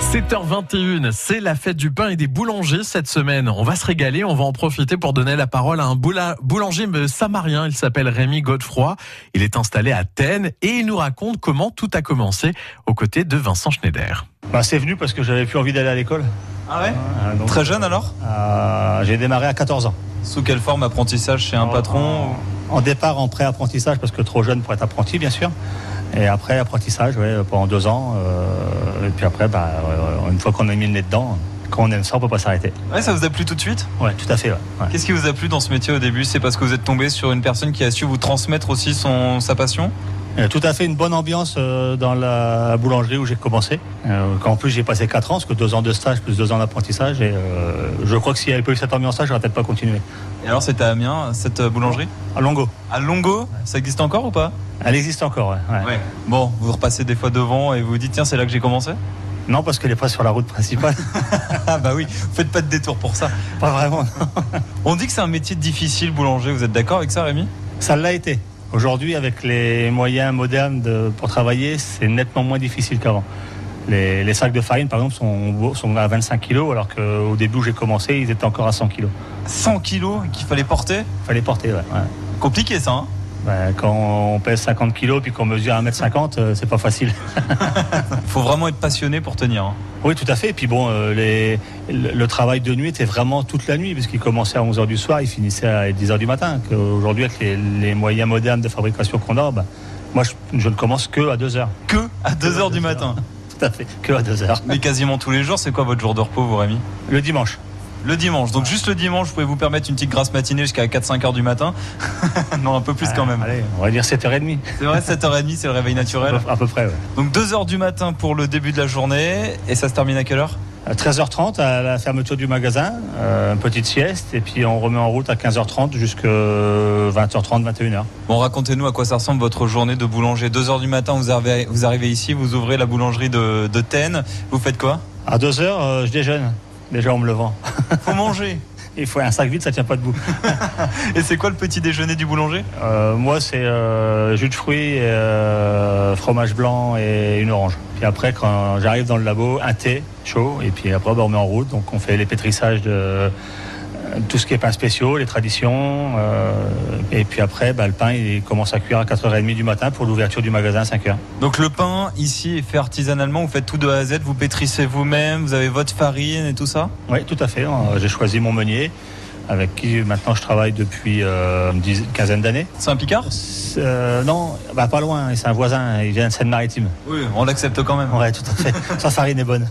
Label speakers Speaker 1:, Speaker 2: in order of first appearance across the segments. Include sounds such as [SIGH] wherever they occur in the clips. Speaker 1: 7h21, c'est la fête du pain et des boulangers cette semaine. On va se régaler, on va en profiter pour donner la parole à un boula- boulanger samarien. Il s'appelle Rémi Godefroy. Il est installé à Athènes et il nous raconte comment tout a commencé aux côtés de Vincent Schneider.
Speaker 2: Bah, c'est venu parce que j'avais plus envie d'aller à l'école.
Speaker 3: Ah ouais
Speaker 2: Ah, donc,
Speaker 3: Très jeune alors
Speaker 2: euh, j'ai démarré à 14 ans.
Speaker 3: Sous quelle forme apprentissage chez un patron ou-
Speaker 2: En départ en pré-apprentissage parce que trop jeune pour être apprenti, bien sûr. Et après apprentissage, ouais, pendant deux ans. euh, et puis après, bah, euh, une fois qu'on a mis le nez dedans, quand on aime ça, on peut pas s'arrêter.
Speaker 3: Ouais, ça vous a plu tout de suite
Speaker 2: Ouais, tout à fait. ouais, ouais.
Speaker 3: Qu'est-ce qui vous a plu dans ce métier au début C'est parce que vous êtes tombé sur une personne qui a su vous transmettre aussi son, sa passion
Speaker 2: Euh, tout à fait une bonne ambiance euh, dans la boulangerie où j'ai commencé. Euh, en plus, j'ai passé 4 ans, parce que 2 ans de stage plus 2 ans d'apprentissage. Et euh, je crois que s'il n'y avait pas eu cette ambiance-là, j'aurais peut-être pas continué.
Speaker 3: Et alors c'était à Amiens, cette euh, boulangerie
Speaker 2: À Longo.
Speaker 3: À Longo, ça existe encore ou pas
Speaker 2: Elle existe encore, ouais, ouais.
Speaker 3: Bon, vous repassez des fois devant et vous vous dites tiens c'est là que j'ai commencé [LAUGHS]
Speaker 2: Non, parce qu'elle est pas sur la route principale. [LAUGHS]
Speaker 3: Ah bah oui, vous faites pas de détour pour ça.
Speaker 2: pas vraiment.
Speaker 3: On dit que c'est un métier difficile boulanger, vous êtes d'accord avec ça Rémi
Speaker 2: Ça l'a été. Aujourd'hui, avec les moyens modernes de- pour travailler, c'est nettement moins difficile qu'avant. Les, les sacs de farine, par exemple, sont, sont à 25 kilos, alors qu'au début où j'ai commencé, ils étaient encore à 100 kilos.
Speaker 3: 100 kilos qu'il fallait porter
Speaker 2: Fallait porter, ouais. ouais.
Speaker 3: Compliqué ça, hein
Speaker 2: Ben, quand on pèse 50 kilos puis qu'on mesure 1m50, euh, c'est pas facile.
Speaker 3: Faut vraiment être passionné pour tenir. hein.
Speaker 2: Oui, tout à fait. Et puis bon, euh, les- le, le travail de nuit était vraiment toute la nuit, puisqu'il commençait à 11h du soir, il finissait à 10h du matin. Que Aujourd'hui, avec les, les moyens modernes de fabrication qu'on a, ben, moi, je, je ne commence que à 2h.
Speaker 3: Que à 2h du
Speaker 2: deux heures.
Speaker 3: matin.
Speaker 2: [LAUGHS] Tout à fait, que à 2h.
Speaker 3: Mais quasiment tous les jours, c'est quoi votre jour de repos, vous, Rémi
Speaker 2: Le dimanche.
Speaker 3: Le dimanche. Donc, juste le dimanche, vous pouvez vous permettre une petite grasse matinée jusqu'à 4-5 heures du matin. [LAUGHS] non, un peu plus quand même.
Speaker 2: Ah, Allez, on va dire 7h30.
Speaker 3: C'est vrai, 7h30, c'est le réveil naturel.
Speaker 2: À peu près, ouais.
Speaker 3: Donc, 2h du matin pour le début de la journée. Et ça se termine à quelle heure
Speaker 2: À 13h30 à la fermeture du magasin, euh, une petite sieste, et puis on remet en route à 15h30 jusqu'à 20h30, 21h.
Speaker 3: Bon, racontez-nous à quoi ça ressemble votre journée de boulanger. 2h du matin, vous arrivez, vous arrivez ici, vous ouvrez la boulangerie de, de Taine. Vous faites quoi
Speaker 2: À 2h, je déjeune, déjà en me levant.
Speaker 3: Faut manger.
Speaker 2: [LAUGHS] Il faut un sac vide, ça tient pas debout.
Speaker 3: Et c'est quoi le petit déjeuner du boulanger
Speaker 2: Euh, moi, c'est euh, jus de fruits, euh, fromage blanc et une orange. Puis après, quand j'arrive dans le labo, un thé chaud. Et puis après, bah, on met en route. Donc, on fait les pétrissages de euh, tout ce qui est pain spéciaux, les traditions. euh, et puis après, bah, le pain, il commence à cuire à 4h30 du matin pour l'ouverture du magasin à 5h.
Speaker 3: Donc le pain ici est fait artisanalement, vous faites tout de A à Z, vous pétrissez vous-même, vous avez votre farine et tout ça
Speaker 2: Oui, tout à fait. Euh, J'ai choisi mon meunier avec qui maintenant je travaille depuis euh, une dix- quinzaine d'années.
Speaker 3: C'est un picard
Speaker 2: C'est, euh, non, bah, pas loin, c'est un voisin, il vient de Seine-Maritime.
Speaker 3: Oui, on l'accepte quand même.
Speaker 2: Ouais, tout à fait. Sa farine est bonne.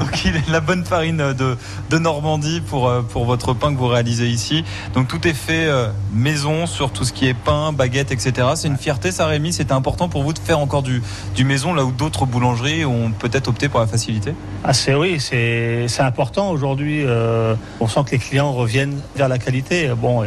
Speaker 3: Donc il est la bonne farine de, de Normandie pour, euh, pour votre pain que vous réalisez ici. Donc tout est fait euh, maison sur tout ce qui est pain, baguette, etc. C'est une fierté ça Rémi, c'était important pour vous de faire encore du, du maison là où d'autres boulangeries ont peut-être opté pour la facilité.
Speaker 2: Ah, c'est oui, c'est c'est important aujourd'hui. euh, on sent que les clients reviennent vers la qualité. Bon, euh,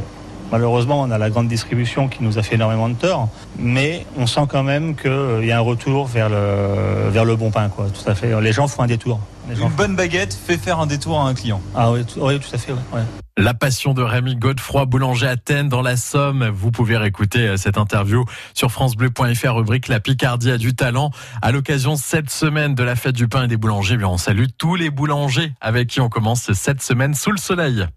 Speaker 2: malheureusement, on a la grande distribution qui nous a fait énormément de tort, mais on sent quand même qu'il y a un retour vers le vers le bon pain, quoi. Tout à fait. Les gens font un détour. Les gens
Speaker 3: Une
Speaker 2: font-
Speaker 3: bonne baguette fait faire un détour à un client.
Speaker 2: Ah oui, tout, oui, tout à fait. ouais, ouais.
Speaker 1: La passion de Rémi Godefroy, boulanger Athènes dans la Somme. Vous pouvez réécouter euh, cette interview sur francebleu.fr rubrique La Picardie a du talent. À l'occasion cette semaine de la fête du pain et des boulangers, eh bien, on salue tous les boulangers avec qui on commence cette semaine sous le soleil.